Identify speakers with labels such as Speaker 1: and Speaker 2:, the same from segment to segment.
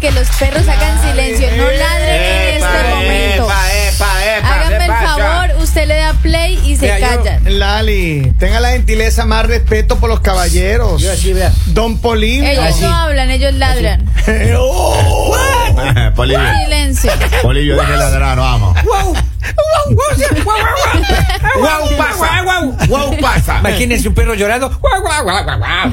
Speaker 1: que los perros hagan silencio. No ladren en
Speaker 2: Epa,
Speaker 1: este momento.
Speaker 2: epa, epa, epa,
Speaker 1: Háganme el
Speaker 2: epa, ya.
Speaker 1: favor, usted le da play y se
Speaker 3: Vea, yo-
Speaker 1: callan.
Speaker 3: Lali, tenga la gentileza, más respeto por los caballeros.
Speaker 4: Yo así, vea.
Speaker 3: Don Polino.
Speaker 1: Ellos no hablan, ellos ladran.
Speaker 3: Oh, what?
Speaker 2: Polillo,
Speaker 1: Silencio.
Speaker 2: Polillo, deje ladrar, vamos.
Speaker 4: ¡Wow! ¡Wow! ¡Wow!
Speaker 2: ¡Guau, pasa! ¡Guau, guau, pasa!
Speaker 4: Imagínense un perro llorando. ¡Guau, guau, guau, guau, guau!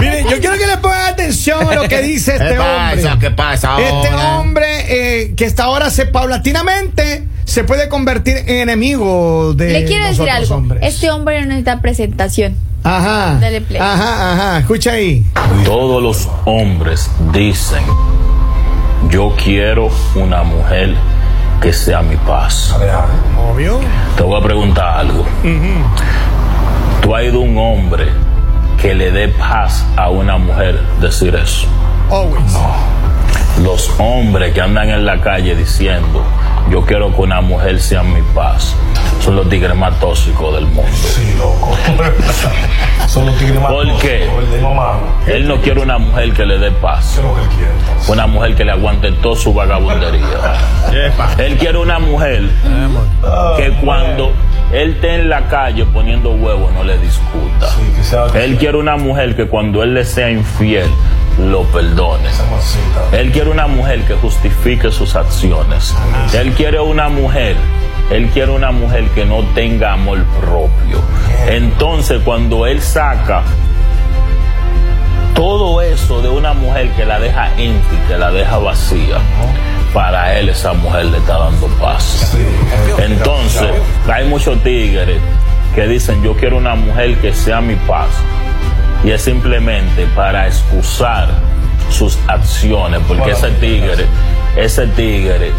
Speaker 3: Miren, yo quiero que le pongan atención a lo que dice
Speaker 2: ¿Qué
Speaker 3: este
Speaker 2: pasa?
Speaker 3: hombre.
Speaker 2: ¿Qué pasa
Speaker 3: Este
Speaker 2: ahora?
Speaker 3: hombre eh, que hasta ahora se paulatinamente se puede convertir en enemigo de
Speaker 1: Le quiero decir
Speaker 3: nosotros,
Speaker 1: algo.
Speaker 3: hombres.
Speaker 1: Este hombre no necesita presentación.
Speaker 3: Ajá.
Speaker 1: Dale play.
Speaker 3: Ajá, ajá. Escucha ahí.
Speaker 5: Todos los hombres dicen, yo quiero una mujer que sea mi paz.
Speaker 3: Obvio.
Speaker 5: Te voy a preguntar algo. ¿Tú has ido un hombre que le dé paz a una mujer decir eso?
Speaker 3: Always.
Speaker 5: Los hombres que andan en la calle diciendo, yo quiero que una mujer sea mi paz, son los tigres más tóxicos del mundo.
Speaker 6: Sí, loco. Son los tigres más
Speaker 5: ¿Por
Speaker 6: tóxicos,
Speaker 5: qué?
Speaker 6: El de mamá.
Speaker 5: Él no quiere una mujer que le dé paz.
Speaker 6: Es lo que él quiere. entonces.
Speaker 5: Una mujer que le aguante toda su vagabundería.
Speaker 2: Epa.
Speaker 5: Él quiere una mujer que cuando él esté en la calle poniendo huevos no le discuta.
Speaker 6: Sí, que sea-
Speaker 5: Él quiere una mujer que cuando él le sea infiel lo perdone.
Speaker 6: Esa masita.
Speaker 5: Él quiere una mujer que justifique sus acciones. Él quiere una mujer. Él quiere una mujer que no tenga amor propio. Entonces, cuando él saca todo eso de una mujer que la deja íntima, que la deja vacía, para él esa mujer le está dando paz.
Speaker 6: Sí, eh,
Speaker 5: Entonces, hay muchos tigres que dicen, yo quiero una mujer que sea mi paz. Y es simplemente para excusar sus acciones, porque
Speaker 6: Para
Speaker 5: ese tigre, ese tigre,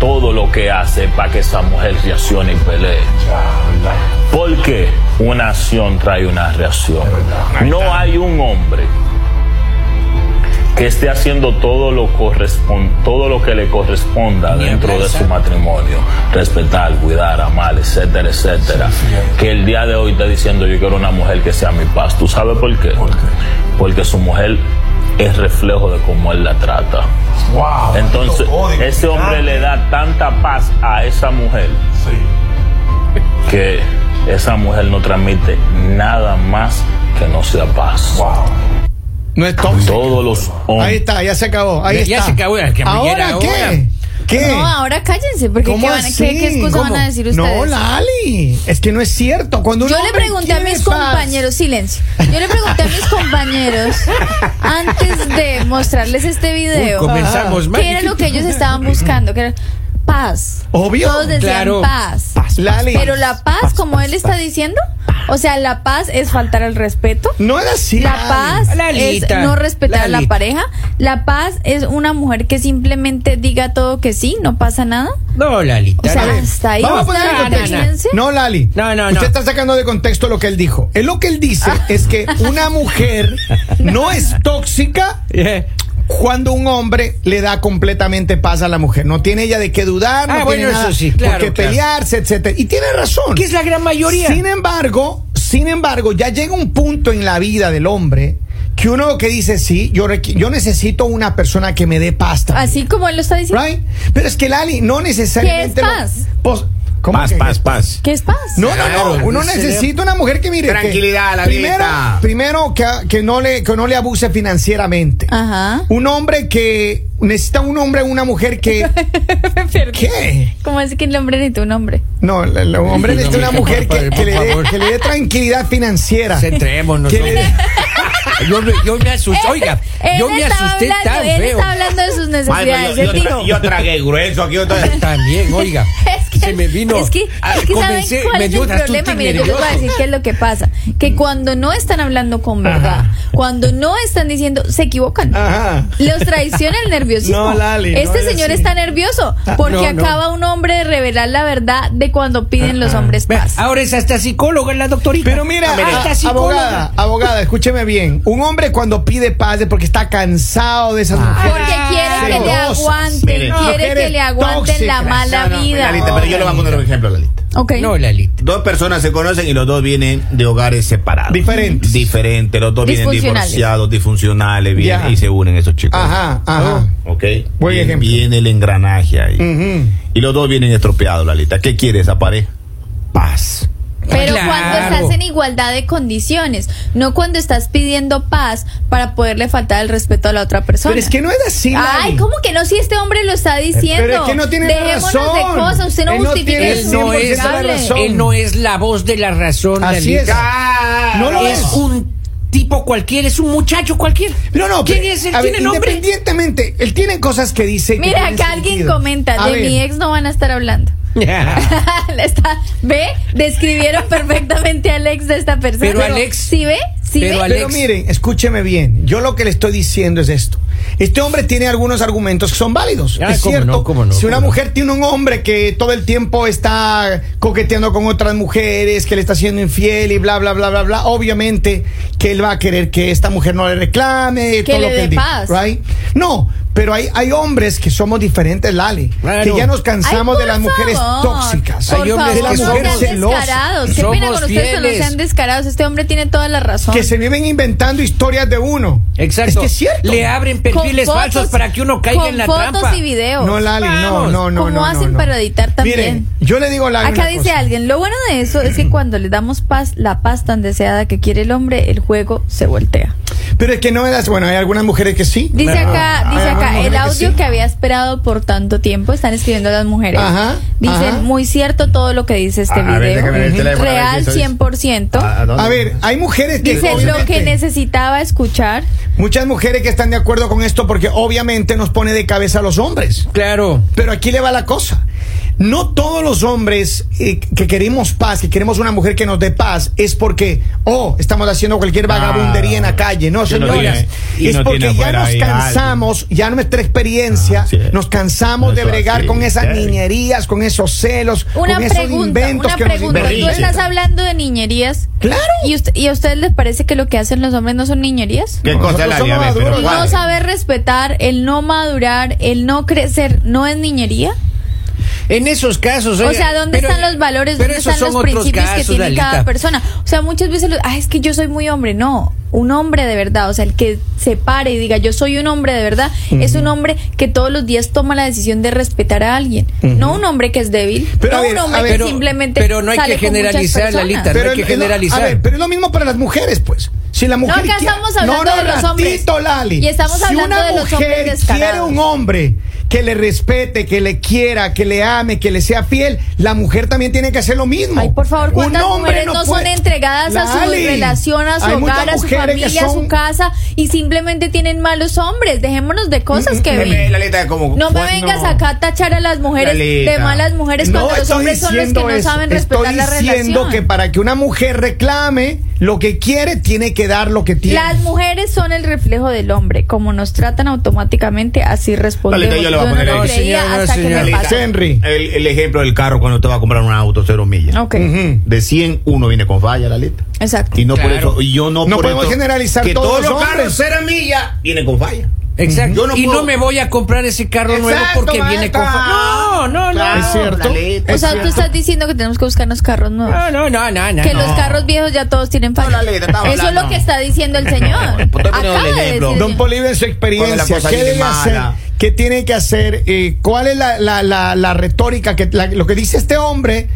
Speaker 5: todo lo que hace es para que esa mujer reaccione y pelee.
Speaker 6: ya, ¿verdad?
Speaker 5: Porque una acción trae una reacción.
Speaker 6: verdad.
Speaker 5: No hay un hombre que esté haciendo todo lo, correspon- todo lo que le corresponda dentro de su matrimonio, respetar, cuidar, amar, etcétera, etcétera, que el día de hoy está diciendo yo quiero una mujer que sea mi paz. ¿Tú sabes por qué? Porque su mujer es reflejo de cómo él la trata.
Speaker 6: Wow.
Speaker 5: Entonces,
Speaker 6: maldito código,
Speaker 5: ese hombre le da tanta paz a esa mujer
Speaker 6: Sí.
Speaker 5: que esa mujer no transmite nada más que no sea paz.
Speaker 6: Wow.
Speaker 3: No es tóxico.
Speaker 5: Todos los
Speaker 3: Ahí
Speaker 5: hombres.
Speaker 3: está, ya se acabó. Ahí
Speaker 4: Ya
Speaker 3: está.
Speaker 4: se acabó, que me
Speaker 3: ¿Ahora,
Speaker 4: llega
Speaker 3: qué?
Speaker 4: ahora.
Speaker 3: ¿Qué?
Speaker 1: No, ahora cállense, porque ¿qué,
Speaker 3: ¿Cómo
Speaker 1: van,
Speaker 3: así?
Speaker 1: ¿qué, qué excusa
Speaker 3: ¿Cómo?
Speaker 1: van a decir ustedes?
Speaker 3: No, Lali, es que no es cierto. Cuando un
Speaker 1: Yo le
Speaker 3: hombre
Speaker 1: pregunté a
Speaker 3: quiere
Speaker 1: mis
Speaker 3: paz-
Speaker 1: compañeros, silencio. Yo le pregunté a mis compañeros antes de mostrarles este
Speaker 4: Uy,
Speaker 1: video
Speaker 4: comenzamos mal.
Speaker 1: qué era lo que ellos estaban buscando, que era paz.
Speaker 3: Obvio.
Speaker 1: Todos decían
Speaker 4: Claro.
Speaker 1: paz.
Speaker 3: Lali,
Speaker 1: Pero la paz, como él está diciendo, o sea, la paz es faltar al respeto.
Speaker 3: no era así.
Speaker 1: La
Speaker 3: Lali.
Speaker 1: paz
Speaker 4: Lalita,
Speaker 1: es no respetar a la
Speaker 4: Lalita.
Speaker 1: pareja. La paz es una mujer que simplemente diga todo que sí, no pasa nada.
Speaker 4: No, Lalita.
Speaker 1: O sea,
Speaker 4: no.
Speaker 1: hasta ahí.
Speaker 3: Vamos a
Speaker 1: está
Speaker 3: ponerle
Speaker 1: la
Speaker 3: contexto.
Speaker 1: diferencia.
Speaker 3: No, Lali.
Speaker 4: No, no, no.
Speaker 3: Usted está sacando de contexto lo que él dijo. Él lo que él dice
Speaker 1: Ah.
Speaker 3: es que una mujer no es tóxica
Speaker 7: Eh,
Speaker 4: Yeah.
Speaker 3: cuando un hombre le da completamente paz a la mujer. No tiene ella de qué dudar, no
Speaker 4: Ah,
Speaker 3: tiene
Speaker 4: bueno, eso
Speaker 3: nada
Speaker 4: sí, claro,
Speaker 3: por qué
Speaker 4: claro.
Speaker 3: pelearse, etcétera. Y tiene razón.
Speaker 4: Que es la gran mayoría.
Speaker 3: Sin embargo, sin embargo, ya llega un punto en la vida del hombre que uno que dice, sí, yo, requi- yo necesito una persona que me dé pasta.
Speaker 1: Así como él lo está diciendo.
Speaker 3: Right? Pero es que Lali no
Speaker 1: ¿Qué
Speaker 3: necesariamente...
Speaker 1: es
Speaker 3: lo-
Speaker 1: paz?
Speaker 2: pues,
Speaker 3: pos- ¿Cómo
Speaker 2: Paz,
Speaker 3: que-
Speaker 2: paz, paz.
Speaker 1: ¿Qué es paz?
Speaker 3: No, no, no.
Speaker 4: Claro,
Speaker 3: Uno
Speaker 4: no se
Speaker 3: necesita una mujer que mire. que
Speaker 2: Tranquilidad, Lalita.
Speaker 3: primero, primero que, que no le, que no le abuse financieramente.
Speaker 1: Ah. Ajá.
Speaker 3: Un hombre que necesita un hombre, una mujer que.
Speaker 1: Me perdí.
Speaker 3: ¿Qué?
Speaker 1: ¿Cómo es que el hombre necesita un hombre?
Speaker 3: No, el- el hombre
Speaker 4: No,
Speaker 3: necesita una
Speaker 4: hombre,
Speaker 3: mujer
Speaker 4: por
Speaker 3: que,
Speaker 4: favor,
Speaker 3: que le
Speaker 4: por
Speaker 3: dé,
Speaker 4: favor.
Speaker 3: que le dé tranquilidad financiera.
Speaker 4: Centrémonos.
Speaker 3: Que le dé-
Speaker 4: hombre. Yo, yo me asusté. Pues,
Speaker 1: Este,
Speaker 4: Oiga,
Speaker 1: Él
Speaker 4: yo me
Speaker 1: estaba
Speaker 4: asusté
Speaker 1: hablando,
Speaker 4: tan
Speaker 1: él
Speaker 4: feo.
Speaker 1: está hablando de sus
Speaker 2: Ay, no,
Speaker 1: necesidades.
Speaker 2: yo, yo
Speaker 1: él
Speaker 2: tra-
Speaker 1: dijo-
Speaker 2: yo tragué grueso aquí otra vez.
Speaker 4: También, oiga.
Speaker 1: Es que,
Speaker 4: se me vino.
Speaker 1: es que,
Speaker 4: Ah,
Speaker 1: es que ¿saben
Speaker 4: comencé-
Speaker 1: cuál
Speaker 4: me
Speaker 1: es
Speaker 4: dio
Speaker 1: el
Speaker 4: un asunto
Speaker 1: problema? Mira, yo les voy a
Speaker 4: nervioso. Mm.
Speaker 1: decir qué es lo que pasa. Que cuando no están hablando con verdad, cuando no están diciendo, se equivocan.
Speaker 4: Ah.
Speaker 3: Ajá.
Speaker 1: Los traiciona el nerviosismo.
Speaker 3: No, Lali, no
Speaker 1: este
Speaker 3: es
Speaker 1: señor
Speaker 3: así.
Speaker 1: está nervioso porque
Speaker 4: Ah, no, no.
Speaker 1: acaba un hombre de revelar la verdad de cuando piden los hombres
Speaker 4: Ve, ah,
Speaker 1: paz.
Speaker 4: Ahora es hasta psicóloga la doctorita.
Speaker 3: Pero mira,
Speaker 4: hasta
Speaker 3: a- abogada, abogada, escúcheme bien. Un hombre cuando pide paz es porque está cansado de esas mujeres.
Speaker 1: Porque quiere que le
Speaker 3: celosas.
Speaker 1: aguanten,
Speaker 2: Miren.
Speaker 1: quiere que
Speaker 3: Mujeres
Speaker 1: le aguanten la
Speaker 3: tóxicas.
Speaker 1: mala
Speaker 2: No, no,
Speaker 1: vida.
Speaker 2: Lalita, pero yo le voy a poner un ejemplo a Lalita.
Speaker 1: Ok.
Speaker 4: No la élite.
Speaker 7: Dos personas se conocen y los dos vienen de hogares separados.
Speaker 3: Diferentes.
Speaker 7: Diferentes, los dos vienen
Speaker 1: Disfuncionales.
Speaker 7: divorciados, disfuncionales, vienen
Speaker 3: Ya.
Speaker 7: y se unen esos chicos.
Speaker 3: Ajá, ajá.
Speaker 7: Ok.
Speaker 3: Buen
Speaker 7: Bien,
Speaker 3: ejemplo.
Speaker 7: Viene el engranaje ahí.
Speaker 3: Ujú.
Speaker 7: Y los dos vienen estropeados, Lalita. ¿Qué quiere esa pareja? Paz.
Speaker 1: Pero
Speaker 4: Claro.
Speaker 1: cuando estás en igualdad de condiciones, no cuando estás pidiendo paz para poderle faltar el respeto a la otra persona.
Speaker 3: Pero es que no es así.
Speaker 1: Ay,
Speaker 3: Lali.
Speaker 1: ¿cómo que no? Si este hombre lo está diciendo.
Speaker 3: Pero es que no tiene la
Speaker 1: Dejémonos de
Speaker 3: razón.
Speaker 1: cosas. Usted no
Speaker 3: Él no
Speaker 1: justifique
Speaker 3: tiene
Speaker 1: sus
Speaker 4: Él no, es,
Speaker 3: 100% la
Speaker 1: justificables.
Speaker 3: razón.
Speaker 4: él no es la voz de la razón.
Speaker 3: Así es.
Speaker 4: Lalita. Ah,
Speaker 3: No lo
Speaker 4: es
Speaker 3: es.
Speaker 4: un tipo cualquiera, es un muchacho cualquiera.
Speaker 3: Pero no,
Speaker 4: ¿Quién
Speaker 3: pero,
Speaker 4: es él?
Speaker 3: a
Speaker 4: ¿Tiene
Speaker 3: ver,
Speaker 4: nombre?
Speaker 3: Independientemente, él tiene cosas que dice. que
Speaker 1: Mira,
Speaker 3: tienen
Speaker 1: acá alguien
Speaker 3: sentido.
Speaker 1: comenta,
Speaker 3: A
Speaker 1: de
Speaker 3: ver, Ah.
Speaker 1: mi ex no van a estar hablando. Le está, ¿Ve? Describieron perfectamente al ex de esta persona.
Speaker 4: Pero al ex-
Speaker 1: ¿Sí ve? ¿Sí
Speaker 4: pero
Speaker 1: ve?
Speaker 4: al
Speaker 3: Pero
Speaker 4: Alex.
Speaker 3: miren, escúcheme bien. Yo lo que le estoy diciendo es esto. Este hombre tiene algunos argumentos que son válidos.
Speaker 4: Ah,
Speaker 3: es
Speaker 4: cómo
Speaker 3: cierto.
Speaker 4: no, cómo no,
Speaker 3: si
Speaker 4: cómo
Speaker 3: una
Speaker 4: no.
Speaker 3: mujer tiene un hombre que todo el tiempo está coqueteando con otras mujeres, que le está siendo infiel y bla, bla, bla, bla, bla, obviamente que él va a querer que esta mujer no le reclame,
Speaker 1: Que
Speaker 3: todo
Speaker 1: le
Speaker 3: lo que
Speaker 1: dé
Speaker 3: él diga,
Speaker 1: paz.
Speaker 3: right? No. Pero hay, hay hombres que somos diferentes, Lali.
Speaker 4: Claro.
Speaker 3: Que ya nos cansamos
Speaker 1: Ay,
Speaker 3: de las
Speaker 1: por
Speaker 3: mujeres
Speaker 1: favor,
Speaker 3: tóxicas.
Speaker 1: Por
Speaker 4: Hay hombres
Speaker 1: favor,
Speaker 4: que
Speaker 1: no
Speaker 4: son
Speaker 1: sean
Speaker 3: celosas.
Speaker 1: descarados. Qué pena
Speaker 4: Somos
Speaker 1: con ustedes que no
Speaker 4: fieles.
Speaker 1: sean descarados. Este hombre tiene toda la razón.
Speaker 3: que se viven inventando historias de uno.
Speaker 4: Exacto.
Speaker 3: Es que es cierto.
Speaker 4: Le abren
Speaker 1: Con
Speaker 4: perfiles
Speaker 1: fotos-
Speaker 4: falsos para que uno caiga
Speaker 1: con
Speaker 4: en la
Speaker 1: fotos
Speaker 4: trampa.
Speaker 1: y videos.
Speaker 3: No, Lali, no,
Speaker 4: Vamos.
Speaker 3: no, no.
Speaker 1: ¿Cómo
Speaker 3: no, no,
Speaker 1: hacen
Speaker 3: no.
Speaker 1: para editar también?
Speaker 3: Miren, yo le digo, Lali.
Speaker 1: Acá
Speaker 3: una
Speaker 1: dice
Speaker 3: cosa.
Speaker 1: alguien, lo bueno de eso es que cuando le damos paz, la paz tan deseada que quiere el hombre, el juego se voltea.
Speaker 3: Pero es que no me das. Bueno, hay algunas mujeres que sí.
Speaker 1: Dice
Speaker 3: Pero-
Speaker 1: acá,
Speaker 3: hay
Speaker 1: dice
Speaker 3: algunas
Speaker 1: acá, el
Speaker 3: mujeres
Speaker 1: audio
Speaker 3: sí.
Speaker 1: que había esperado por tanto tiempo, están escribiendo las mujeres.
Speaker 3: Ajá,
Speaker 1: Dicen,
Speaker 3: ajá.
Speaker 1: muy cierto todo lo que dice este
Speaker 7: A- a ver,
Speaker 1: video.
Speaker 7: déjame ver el teléfono, a ver Ah,
Speaker 1: Real
Speaker 7: quién sois.
Speaker 1: 100%.
Speaker 7: ¿A- dónde?
Speaker 3: A ver, hay mujeres que.
Speaker 1: Dice lo
Speaker 3: obviamente,
Speaker 1: que necesitaba escuchar.
Speaker 3: Muchas mujeres que están de acuerdo con esto porque obviamente nos pone de cabeza a los hombres.
Speaker 4: Claro.
Speaker 3: Pero aquí le va la cosa. No todos los hombres eh, que queremos paz, que queremos una mujer que nos dé paz, es porque, oh, estamos haciendo cualquier vagabundería en la calle. No,
Speaker 7: Que no
Speaker 3: señoras.
Speaker 7: tiene- y
Speaker 3: es
Speaker 7: no tiene
Speaker 3: porque ya
Speaker 7: afuera
Speaker 3: nos
Speaker 7: ahí
Speaker 3: cansamos, ya nuestra experiencia,
Speaker 7: Ah, sí es.
Speaker 3: nos cansamos de
Speaker 7: Eso
Speaker 3: bregar
Speaker 7: así,
Speaker 3: con esas
Speaker 7: Terry.
Speaker 3: niñerías, con esos celos,
Speaker 1: Una
Speaker 3: con esos
Speaker 1: pregunta,
Speaker 3: inventos
Speaker 1: una
Speaker 3: que
Speaker 1: pregunta.
Speaker 3: nos
Speaker 1: Tú
Speaker 7: inventan.
Speaker 1: estás hablando de niñerías.
Speaker 3: Claro.
Speaker 1: ¿Y, usted- ¿Y a ustedes les parece que lo que hacen los hombres no son niñerías?
Speaker 7: ¿Qué
Speaker 3: Nosotros
Speaker 7: cosa la
Speaker 3: somos maduros.
Speaker 1: El no saber respetar, el no madurar, el no crecer, ¿no es niñería?
Speaker 4: En esos casos.
Speaker 1: O
Speaker 4: oiga,
Speaker 1: sea, ¿dónde
Speaker 4: pero-
Speaker 1: están los valores?
Speaker 4: pero
Speaker 1: ¿Dónde
Speaker 4: esos
Speaker 1: están
Speaker 4: son
Speaker 1: los
Speaker 4: otros
Speaker 1: principios que
Speaker 4: casos,
Speaker 1: tiene cada
Speaker 4: Lalita.
Speaker 1: persona? O sea, muchas veces, lo- ah, es que yo soy muy hombre. No, un hombre de verdad, o sea, el que se pare y diga, yo soy un hombre de verdad, es un hombre que todos los días toma la decisión de respetar a alguien. No un hombre que es débil,
Speaker 3: Pero, a
Speaker 1: no
Speaker 3: ver,
Speaker 1: un
Speaker 3: a
Speaker 1: hombre
Speaker 3: ver.
Speaker 1: que
Speaker 4: Pero-
Speaker 1: simplemente.
Speaker 4: pero no hay que
Speaker 1: sale con muchas
Speaker 4: generalizar,
Speaker 1: personas.
Speaker 4: Lalita. No hay que
Speaker 3: es lo-
Speaker 4: generalizar.
Speaker 3: a ver, pero es lo mismo para las mujeres, pues. Si la mujer
Speaker 1: acá
Speaker 3: quiere-
Speaker 1: estamos hablando de los hombres.
Speaker 3: ratito, Lali.
Speaker 1: Y estamos
Speaker 3: si
Speaker 1: hablando
Speaker 3: una
Speaker 1: de los hombres
Speaker 3: mujer quiere
Speaker 1: descarados.
Speaker 3: un hombre que le respete, que le quiera, que le ame, que le sea fiel, la mujer también tiene que hacer lo mismo.
Speaker 1: Ay, por favor,
Speaker 3: Un
Speaker 1: ¿cuántas
Speaker 3: hombre
Speaker 1: mujeres no, son
Speaker 3: puede-
Speaker 1: entregadas a su
Speaker 3: Lali,
Speaker 1: relación, a su
Speaker 3: hay muchas
Speaker 1: hogar, a su
Speaker 3: mujeres que
Speaker 1: familia, a su
Speaker 3: son-
Speaker 1: casa y simplemente tienen malos hombres? Dejémonos de cosas
Speaker 3: Mm,
Speaker 1: que ven. No me vengas acá a tachar a las mujeres de
Speaker 7: Lalita.
Speaker 1: malas mujeres
Speaker 3: No,
Speaker 1: cuando los
Speaker 3: estoy
Speaker 1: hombres son los que
Speaker 3: diciendo
Speaker 1: no
Speaker 3: eso.
Speaker 1: saben respetar
Speaker 3: Estoy
Speaker 1: la
Speaker 3: diciendo
Speaker 1: relación.
Speaker 3: que para que una mujer reclame lo que quiere, tiene que dar lo que tiene.
Speaker 1: Las mujeres son el reflejo del hombre. Como nos tratan automáticamente, así respondemos.
Speaker 7: Lalita, yo le voy a
Speaker 1: no
Speaker 7: poner
Speaker 1: lo
Speaker 7: ahí.
Speaker 1: creía
Speaker 4: Señora,
Speaker 1: hasta que me
Speaker 4: señora.
Speaker 1: pasó.
Speaker 3: Henry.
Speaker 7: El, el ejemplo del carro cuando usted va a comprar un auto cero millas.
Speaker 1: Ok,
Speaker 3: Ujú.
Speaker 7: De 100, uno viene con falla, Lalita.
Speaker 1: exacto.
Speaker 7: Y no por
Speaker 4: Claro.
Speaker 7: eso, y yo no,
Speaker 3: No
Speaker 7: por
Speaker 3: podemos
Speaker 7: eso-
Speaker 3: generalizar
Speaker 7: que
Speaker 3: todos
Speaker 7: todos
Speaker 3: los
Speaker 7: los carros
Speaker 3: hombres.
Speaker 7: cero millas vienen con falla.
Speaker 4: Exacto.
Speaker 7: Yo no
Speaker 4: y
Speaker 7: puedo-
Speaker 4: no me voy a comprar ese carro nuevo
Speaker 3: Exacto,
Speaker 4: porque viene
Speaker 3: maestra.
Speaker 4: con. fa- No, no, no.
Speaker 3: Es cierto.
Speaker 7: Lalita.
Speaker 1: O sea, tú estás diciendo que tenemos que buscarnos carros nuevos.
Speaker 4: No, no, no, Ah, no, no.
Speaker 1: que los carros viejos ya todos tienen
Speaker 7: No,
Speaker 1: fallas.
Speaker 7: la letra, estaba
Speaker 1: Eso es
Speaker 7: hablando.
Speaker 1: lo que está diciendo el señor.
Speaker 7: Estoy poniendo
Speaker 1: Acaba
Speaker 7: el
Speaker 1: de
Speaker 7: ejemplo.
Speaker 1: decir.
Speaker 3: Don Polive en su experiencia,
Speaker 7: Porque la cosa
Speaker 3: ¿qué
Speaker 7: viene
Speaker 3: debe hacer?
Speaker 7: mala.
Speaker 3: ¿Qué tiene que hacer? Eh, ¿Cuál es la, la- la- la retórica? que la- Lo que dice este hombre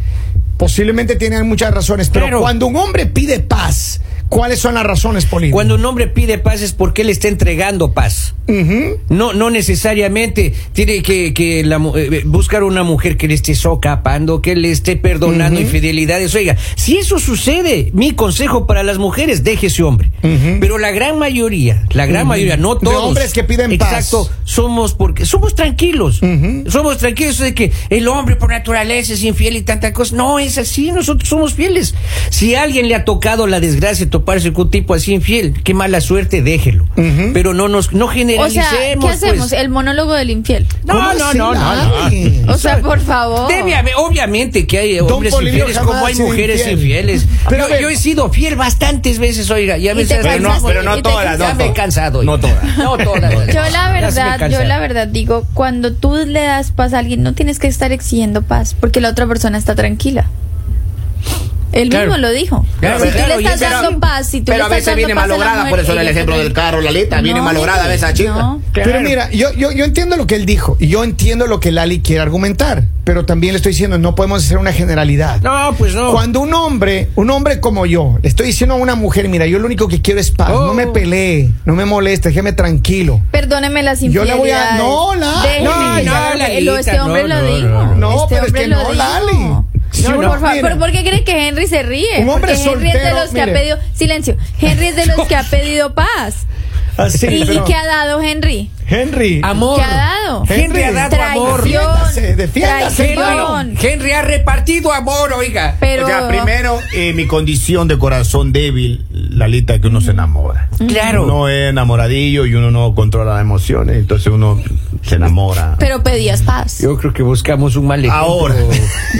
Speaker 3: posiblemente tiene muchas razones, pero
Speaker 4: Claro.
Speaker 3: cuando un hombre pide paz, ¿cuáles son las razones, Polive?
Speaker 4: Cuando un hombre pide paz es porque le está entregando paz.
Speaker 3: Ujú.
Speaker 4: No, no necesariamente tiene que, que la mu- eh, buscar una mujer que le esté socapando, que le esté perdonando infidelidades. Oiga, si eso sucede, mi consejo para las mujeres, deje ese hombre. Pero la gran mayoría, la gran mayoría, no
Speaker 3: De
Speaker 4: todos.
Speaker 3: hombres que piden paz.
Speaker 4: Exacto, somos porque somos tranquilos. Somos tranquilos de que el hombre por naturaleza es infiel y tanta cosa. No es así, nosotros somos fieles. Si a alguien le ha tocado la desgracia de toparse con un tipo así infiel, qué mala suerte, déjelo. Pero no nos no
Speaker 1: O sea,
Speaker 4: generalicemos.
Speaker 1: ¿qué hacemos?
Speaker 4: pues.
Speaker 1: El monólogo del infiel.
Speaker 4: No,
Speaker 3: ¿Cómo
Speaker 4: no,
Speaker 3: así,
Speaker 4: no, no, no.
Speaker 3: Lali?
Speaker 1: O sea, por favor.
Speaker 4: Debe haber- obviamente que hay hombres
Speaker 3: Polibio
Speaker 4: infieles
Speaker 3: jamás
Speaker 4: como
Speaker 3: ha
Speaker 4: hay
Speaker 3: sido
Speaker 4: mujeres
Speaker 3: infiel.
Speaker 4: infieles.
Speaker 3: Pero a
Speaker 4: Yo,
Speaker 3: ver-
Speaker 4: yo he sido fiel bastantes veces, oiga, y a
Speaker 1: Y te
Speaker 4: veces
Speaker 1: Pero no- cansaste, pero no y te todas, no
Speaker 4: ya
Speaker 1: cansaste.
Speaker 4: me he
Speaker 1: todas.
Speaker 4: cansado.
Speaker 7: No
Speaker 4: oiga.
Speaker 7: todas.
Speaker 4: No todas.
Speaker 1: Yo la
Speaker 4: Ya se me
Speaker 1: verdad, yo
Speaker 4: cansa.
Speaker 1: la verdad digo, cuando tú le das paz a alguien, no tienes que estar exigiendo paz, porque la otra persona está tranquila. Él
Speaker 4: Claro.
Speaker 1: mismo lo dijo.
Speaker 4: Claro,
Speaker 1: si tú
Speaker 4: claro,
Speaker 1: le
Speaker 4: y
Speaker 1: estás
Speaker 4: pero-
Speaker 1: dando paz, si tú le
Speaker 2: Pero a
Speaker 1: estás
Speaker 2: veces
Speaker 1: dando
Speaker 2: viene
Speaker 1: paz a la
Speaker 2: malograda,
Speaker 1: mujer,
Speaker 2: por eso era el
Speaker 1: ella te
Speaker 2: ejemplo
Speaker 1: trae-
Speaker 2: del carro, Lalita. Viene
Speaker 1: No,
Speaker 2: malograda a veces a chica.
Speaker 1: no.
Speaker 3: Pero mira, yo, yo, yo entiendo lo que él dijo y yo entiendo lo que Lali quiere argumentar, pero también le estoy diciendo, no podemos hacer una generalidad.
Speaker 4: No, pues no.
Speaker 3: Cuando un hombre, un hombre como yo, le estoy diciendo a una mujer, mira, yo lo único que quiero es paz,
Speaker 4: Oh.
Speaker 3: no me pelee, no me moleste, déjeme tranquilo.
Speaker 1: Perdóneme las
Speaker 3: Yo
Speaker 1: infidelidades.
Speaker 3: le voy a- no, la-
Speaker 1: Déjeme,
Speaker 4: no,
Speaker 1: ya,
Speaker 4: no,
Speaker 1: lo-
Speaker 4: Lalita,
Speaker 1: Este hombre
Speaker 4: no, no,
Speaker 1: lo dijo.
Speaker 4: no,
Speaker 3: no,
Speaker 1: este
Speaker 3: pero es
Speaker 1: hombre
Speaker 3: que
Speaker 1: lo
Speaker 3: no,
Speaker 1: dijo.
Speaker 3: Lali. Si
Speaker 1: No,
Speaker 3: un
Speaker 1: no, por
Speaker 3: hombre-
Speaker 1: favor, ¿pero ¿por qué cree que Henry se ríe?
Speaker 3: Un hombre
Speaker 1: Porque Henry es de
Speaker 3: soltero,
Speaker 1: los que ha
Speaker 3: mire.
Speaker 1: pedido silencio. Henry es de los que ha pedido paz.
Speaker 3: Así,
Speaker 1: ¿Y, y
Speaker 3: pero-
Speaker 1: qué ha dado Henry?
Speaker 3: Henry.
Speaker 4: Amor.
Speaker 1: ¿Qué ha dado?
Speaker 4: Henry ha dado amor.
Speaker 1: Traición,
Speaker 3: Defiéndase, defiéndase,
Speaker 1: traición.
Speaker 4: Henry, Henry ha repartido amor, oiga.
Speaker 1: Pero
Speaker 7: O sea, primero, eh, mi condición de corazón débil, Lalita, es que uno se enamora.
Speaker 4: Mm. Claro.
Speaker 7: Uno es enamoradillo y uno no controla las emociones, entonces uno se enamora.
Speaker 1: pero pedías paz.
Speaker 4: Yo creo que buscamos un mal ejemplo,
Speaker 7: Ahora.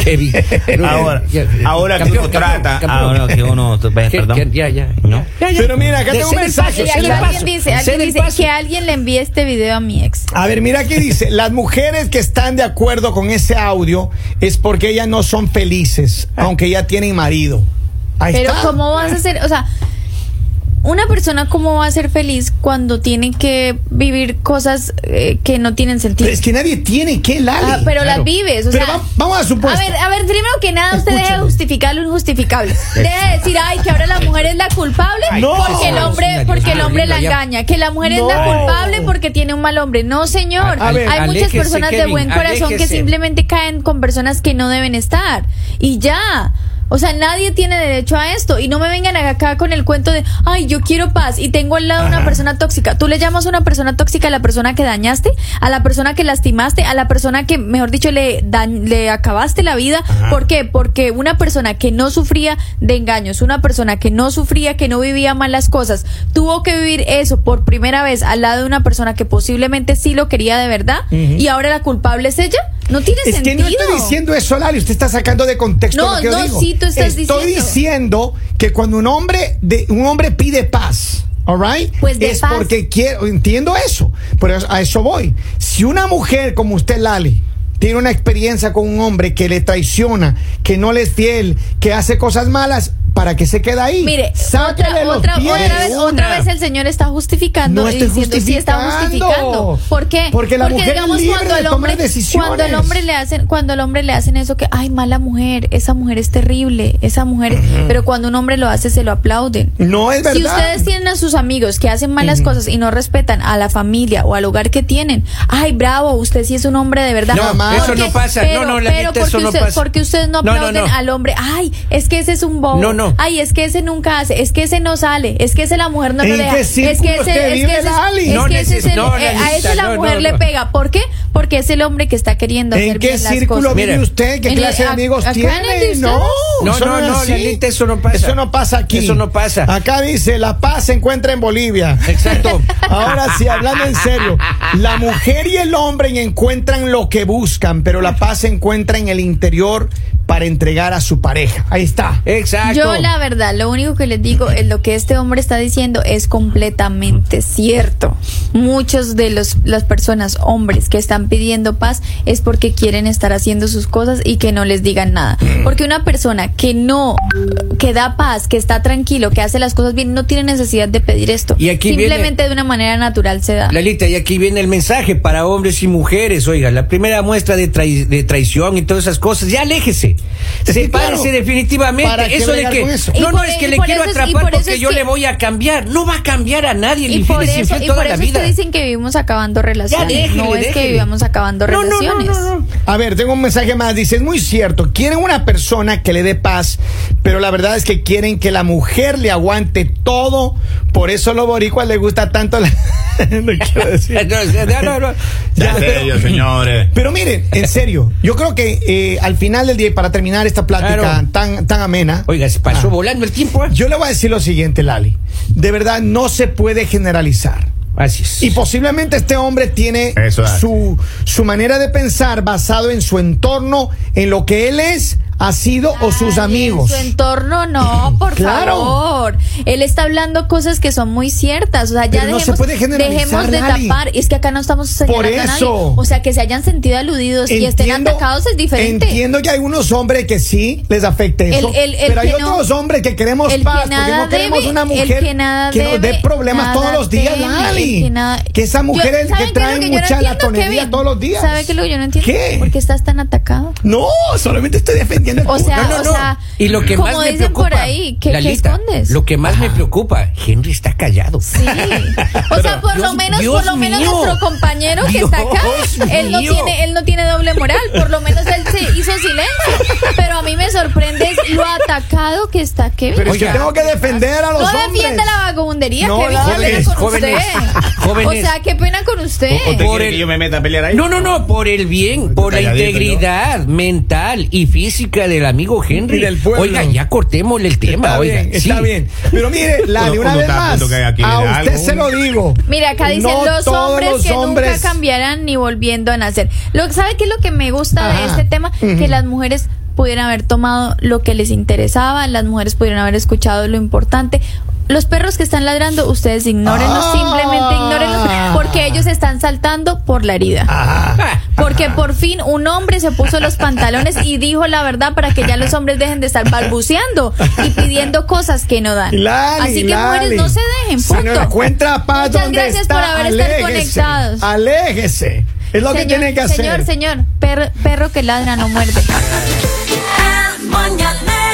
Speaker 4: Kevin.
Speaker 7: Ahora,
Speaker 4: Ya, ya.
Speaker 7: ahora que
Speaker 4: Campeón,
Speaker 7: uno
Speaker 4: campeón,
Speaker 7: trata,
Speaker 4: campeón.
Speaker 7: ahora que uno,
Speaker 1: Eh,
Speaker 7: pues,
Speaker 4: Que-
Speaker 7: perdón.
Speaker 4: que- Ya, ya.
Speaker 7: ¿No?
Speaker 4: Ya, ya.
Speaker 3: Pero mira, acá tengo un
Speaker 4: Cede el
Speaker 1: Y
Speaker 3: mensaje,
Speaker 4: paso,
Speaker 1: aquí
Speaker 4: cede el
Speaker 1: alguien
Speaker 4: paso,
Speaker 1: dice, alguien
Speaker 4: cede el
Speaker 1: dice
Speaker 4: paso.
Speaker 1: que alguien le envíe este video a mi ex.
Speaker 3: A ver, mira qué dice. Las mujeres que están de acuerdo con ese audio es porque ellas no son felices,
Speaker 4: Ah.
Speaker 3: aunque ya tienen marido. Ahí
Speaker 1: Pero
Speaker 3: está.
Speaker 1: ¿cómo vas a ser? O sea, una persona cómo va a ser feliz cuando tiene que vivir cosas eh, que no tienen sentido.
Speaker 3: Pero es que nadie tiene que, Lali.
Speaker 1: Ah, pero las vives, o
Speaker 3: Pero
Speaker 1: sea-
Speaker 3: va- vamos a
Speaker 1: A
Speaker 3: supuesto.
Speaker 1: ver, a ver, primero que nada, usted deje de
Speaker 3: Escúchame.
Speaker 1: justificar lo injustificable. Deje de decir, ay, que ahora la mujer es la culpable
Speaker 3: Ay, no.
Speaker 1: porque el hombre, porque el hombre la engaña, que la mujer es la
Speaker 3: No.
Speaker 1: culpable porque tiene un mal hombre. No, señor.
Speaker 3: A- a ver,
Speaker 1: Hay muchas
Speaker 4: aléjese,
Speaker 1: personas de
Speaker 4: Kevin,
Speaker 1: buen corazón que
Speaker 4: aléjese.
Speaker 1: simplemente caen con personas que no deben estar y ya. O sea, nadie tiene derecho a esto. Y no me vengan acá con el cuento de, ay, yo quiero paz y tengo al lado una persona tóxica. ¿Tú le llamas una persona tóxica a la persona que dañaste, a la persona que lastimaste, a la persona que, mejor dicho, le, dañ- le acabaste la vida? ¿Por qué? Porque una persona que no sufría de engaños, una persona que no sufría, que no vivía malas cosas, tuvo que vivir eso por primera vez al lado de una persona que posiblemente sí lo quería de verdad y ahora la culpable es ella. No tiene
Speaker 3: Es que
Speaker 1: sentido.
Speaker 3: no estoy diciendo eso, Lali. Usted está sacando de contexto
Speaker 1: No,
Speaker 3: lo que yo
Speaker 1: no,
Speaker 3: digo.
Speaker 1: sí, tú estás
Speaker 3: estoy
Speaker 1: diciendo.
Speaker 3: diciendo que cuando un hombre, de, un hombre pide paz, all right,
Speaker 1: Pues de
Speaker 3: es
Speaker 1: paz.
Speaker 3: porque quiero, entiendo eso, pero a eso voy. Si una mujer como usted, Lali, tiene una experiencia con un hombre que le traiciona, que no le es fiel, que hace cosas malas, ¿para qué se queda ahí?
Speaker 1: Mire,
Speaker 3: Sácale
Speaker 1: otra,
Speaker 3: los
Speaker 1: otra-
Speaker 3: pies
Speaker 1: otra
Speaker 3: de
Speaker 1: vez,
Speaker 3: una.
Speaker 1: otra vez el señor está justificando
Speaker 3: No
Speaker 1: y
Speaker 3: estoy
Speaker 1: diciendo sí está
Speaker 3: justificando.
Speaker 1: justificando. ¿Por qué?
Speaker 3: Porque la mujer es libre de tomar decisiones.
Speaker 1: cuando el hombre le hacen, cuando el hombre le hacen eso que ay mala mujer, esa mujer es terrible, esa mujer, es-". pero cuando un hombre lo hace se lo aplauden.
Speaker 3: No es verdad.
Speaker 1: Si ustedes tienen a sus amigos que hacen malas cosas y no respetan a la familia o al hogar que tienen, ay, bravo, usted sí es un hombre de verdad.
Speaker 4: No,
Speaker 1: ¿Por
Speaker 4: eso
Speaker 1: qué?
Speaker 4: no pasa. No,
Speaker 1: Pero,
Speaker 4: no, la
Speaker 1: pero
Speaker 4: neta,
Speaker 1: porque,
Speaker 4: eso no
Speaker 1: usted-
Speaker 4: pasa.
Speaker 1: porque ustedes no
Speaker 4: No, no,
Speaker 1: aplauden
Speaker 4: no.
Speaker 1: al hombre. Ay, es que ese es un bobo.
Speaker 4: No, no.
Speaker 1: Ay, es que ese nunca hace. Es que ese no sale. Es que ese la mujer no
Speaker 3: ¿En
Speaker 1: lo deja.
Speaker 3: qué
Speaker 1: Es que
Speaker 3: círculo
Speaker 1: ese, es
Speaker 3: usted
Speaker 1: que
Speaker 3: vive,
Speaker 1: ese,
Speaker 3: Lali?
Speaker 1: es
Speaker 4: No
Speaker 1: que ese es el-
Speaker 4: necesito,
Speaker 1: eh, a ese
Speaker 4: Lalita,
Speaker 1: la
Speaker 4: no,
Speaker 1: mujer
Speaker 4: no,
Speaker 1: le
Speaker 4: no.
Speaker 1: pega. ¿Por qué? Porque es el hombre que está queriendo hacer
Speaker 3: ¿En qué
Speaker 1: bien las
Speaker 3: círculo
Speaker 1: cosas.
Speaker 3: vive
Speaker 4: Mira.
Speaker 3: usted? ¿Qué
Speaker 1: En el-
Speaker 3: clase de
Speaker 1: a-
Speaker 3: amigos
Speaker 1: acá en
Speaker 3: tiene?
Speaker 1: el de usted.
Speaker 3: No,
Speaker 4: No,
Speaker 3: eso
Speaker 4: no,
Speaker 3: es
Speaker 4: no,
Speaker 3: así.
Speaker 4: Lalita, eso no pasa.
Speaker 3: Eso no pasa aquí.
Speaker 4: Eso no pasa.
Speaker 3: Acá dice, la paz se encuentra en Bolivia.
Speaker 4: Exacto.
Speaker 3: Ahora sí, hablando en serio, la mujer y el hombre encuentran lo que buscan, pero la paz se encuentra en el interior para entregar a su pareja. Ahí está.
Speaker 4: Exacto.
Speaker 1: Yo la verdad, lo único que les digo es lo que este hombre está diciendo es completamente cierto. Muchos de los, las personas, hombres que están pidiendo paz es porque quieren estar haciendo sus cosas y que no les digan nada.
Speaker 4: Mm.
Speaker 1: Porque una persona que no, que da paz, que está tranquilo, que hace las cosas bien, no tiene necesidad de pedir esto.
Speaker 4: Y aquí viene-
Speaker 1: Simplemente de una manera natural se da.
Speaker 4: Lalita, y aquí viene el mensaje para hombres y mujeres. Oiga, la primera muestra de, trai- de traición y todas esas cosas, ya aléjese.
Speaker 3: Sí,
Speaker 4: Sepárese
Speaker 3: claro.
Speaker 4: definitivamente.
Speaker 3: ¿Para qué
Speaker 4: eso de
Speaker 3: bregar
Speaker 4: que.
Speaker 3: con eso?
Speaker 1: Y
Speaker 4: No, no,
Speaker 1: por- e-,
Speaker 4: es
Speaker 1: y
Speaker 4: que le
Speaker 1: por
Speaker 4: quiero
Speaker 1: eso es- y
Speaker 4: atrapar
Speaker 1: por eso
Speaker 4: porque
Speaker 1: es
Speaker 4: yo
Speaker 1: que-
Speaker 4: le voy a cambiar. No va a cambiar a nadie.
Speaker 1: Y por eso, y por eso es que
Speaker 4: dicen
Speaker 1: dicen que vivimos acabando relaciones.
Speaker 4: déjele,
Speaker 1: no es que
Speaker 4: déjele.
Speaker 1: vivamos acabando
Speaker 4: No, no, no,
Speaker 1: relaciones.
Speaker 4: no, no.
Speaker 3: A ver, tengo un mensaje más. Dice, es muy cierto, quieren una persona que le dé paz, pero la verdad es que quieren que la mujer le aguante todo. Por eso a los boricuas les gusta tanto la... no quiero decir.
Speaker 4: No, no, no.
Speaker 7: Ya, serio, señores.
Speaker 3: Pero miren, en serio, yo creo que eh, al final del día, y para terminar esta plática
Speaker 4: Claro.
Speaker 3: tan, tan amena, ah,
Speaker 4: Oiga, se pasó volando el tiempo. ¿eh?
Speaker 3: yo le voy a decir lo siguiente, Lali. De verdad, no se puede generalizar.
Speaker 4: Así es.
Speaker 3: Y posiblemente este hombre tiene
Speaker 7: Eso es.
Speaker 3: su, su manera de pensar basado en su entorno, en lo que él es, ha sido o sus
Speaker 1: Ay,
Speaker 3: amigos.
Speaker 1: En su entorno, no, por
Speaker 3: Claro.
Speaker 1: favor. Él está hablando cosas que son muy ciertas. O sea, ya
Speaker 3: Pero no
Speaker 1: dejemos,
Speaker 3: se puede generalizar,
Speaker 1: dejemos de
Speaker 3: Lali.
Speaker 1: tapar. Es que acá no estamos señalando
Speaker 3: Por
Speaker 1: a nadie.
Speaker 3: eso.
Speaker 1: O sea, que se hayan sentido aludidos y estén
Speaker 3: Entiendo-
Speaker 1: atacados este es diferente.
Speaker 3: Entiendo que hay unos hombres que sí les afecte eso.
Speaker 1: El- el- el
Speaker 3: pero hay
Speaker 1: que no-
Speaker 3: otros hombres que queremos
Speaker 1: el que
Speaker 3: paz, porque
Speaker 1: nada
Speaker 3: no queremos
Speaker 1: debe,
Speaker 3: una
Speaker 1: el
Speaker 3: mujer
Speaker 1: que nada
Speaker 3: nos dé
Speaker 1: debe,
Speaker 3: problemas
Speaker 1: nada
Speaker 3: todos los días,
Speaker 1: teme,
Speaker 3: Lali.
Speaker 1: el
Speaker 3: Que,
Speaker 1: que nada-
Speaker 3: esa mujer
Speaker 1: Yo-
Speaker 3: es
Speaker 1: ¿sabe
Speaker 3: que
Speaker 1: qué
Speaker 3: trae
Speaker 1: es lo que yo no
Speaker 3: mucha la
Speaker 1: entiendo, Kevin?
Speaker 3: tonería todos los días.
Speaker 1: ¿Sabe qué es lo que yo no entiendo?
Speaker 3: ¿Qué?
Speaker 1: ¿Por qué estás tan atacado?
Speaker 3: No, solamente estoy defendiendo el
Speaker 1: O sea,
Speaker 4: No, no,
Speaker 1: o
Speaker 4: no.
Speaker 1: sea,
Speaker 4: y lo que
Speaker 1: como
Speaker 4: más me
Speaker 1: dicen
Speaker 4: preocupa,
Speaker 1: por ahí, ¿qué, qué
Speaker 4: Lalita,
Speaker 1: escondes?
Speaker 4: Lo que más me preocupa, Henry está callado.
Speaker 1: Sí. O sea, por
Speaker 4: Dios-
Speaker 1: lo menos,
Speaker 4: Dios
Speaker 1: por lo menos
Speaker 4: mío.
Speaker 1: nuestro compañero que está acá,
Speaker 4: Dios
Speaker 1: él no
Speaker 4: mío.
Speaker 1: tiene, él no tiene doble moral, por lo menos él se hizo silencio. Pero a mí me sorprende es lo atacado que está Kevin.
Speaker 3: Pero es
Speaker 4: Oiga.
Speaker 3: que tengo que defender a los
Speaker 1: no
Speaker 3: hombres.
Speaker 1: defienda la vagabundería,
Speaker 3: No,
Speaker 1: Kevin, qué pena
Speaker 3: jóvenes,
Speaker 1: con
Speaker 4: jóvenes,
Speaker 1: usted.
Speaker 4: jóvenes.
Speaker 1: O sea, qué pena con usted.
Speaker 7: ¿O te
Speaker 4: Por
Speaker 7: quiere
Speaker 4: el-
Speaker 7: que yo me meta a pelear ahí?
Speaker 4: No, no, no, por el bien, por la
Speaker 7: Calladito,
Speaker 4: integridad mental y física del amigo Henry.
Speaker 3: Y del pueblo.
Speaker 4: Oiga, ya cortémosle el tema,
Speaker 3: Está
Speaker 4: oiga.
Speaker 3: bien,
Speaker 4: sí.
Speaker 3: está bien. Pero mire, la de
Speaker 7: Uno-
Speaker 3: una
Speaker 7: uno
Speaker 3: vez
Speaker 7: está a
Speaker 3: más,
Speaker 7: punto que haga aquí,
Speaker 3: a
Speaker 7: le da
Speaker 3: usted
Speaker 7: algo.
Speaker 3: se lo digo.
Speaker 1: Mira, acá dicen
Speaker 3: No
Speaker 1: los
Speaker 3: todos
Speaker 1: hombres
Speaker 3: los
Speaker 1: que
Speaker 3: hombres-
Speaker 1: nunca cambiarán ni volviendo a nacer. Lo, ¿Sabe qué es lo que me gusta
Speaker 3: Ajá.
Speaker 1: de este tema? Que las mujeres pudieran haber tomado lo que les interesaba, las mujeres pudieran haber escuchado lo importante. Los perros que están ladrando, ustedes ignórenlos,
Speaker 3: Ah.
Speaker 1: simplemente ignórenlos, porque ellos están saltando por la herida.
Speaker 4: Ah,
Speaker 1: Porque por fin un hombre se puso los pantalones y dijo la verdad para que ya los hombres dejen de estar balbuceando y pidiendo cosas que no dan.
Speaker 3: Lali,
Speaker 1: Así que
Speaker 3: Lali.
Speaker 1: mujeres no se dejen,
Speaker 3: Si no
Speaker 1: punto.
Speaker 3: encuentra paz
Speaker 1: Muchas
Speaker 3: donde
Speaker 1: gracias
Speaker 3: está,
Speaker 1: por haber estado
Speaker 3: aléjese,
Speaker 1: conectados.
Speaker 3: Aléjese. Es lo que tiene que hacer.
Speaker 1: Señor, señor, per- perro que ladra no muerde.
Speaker 8: El mañanero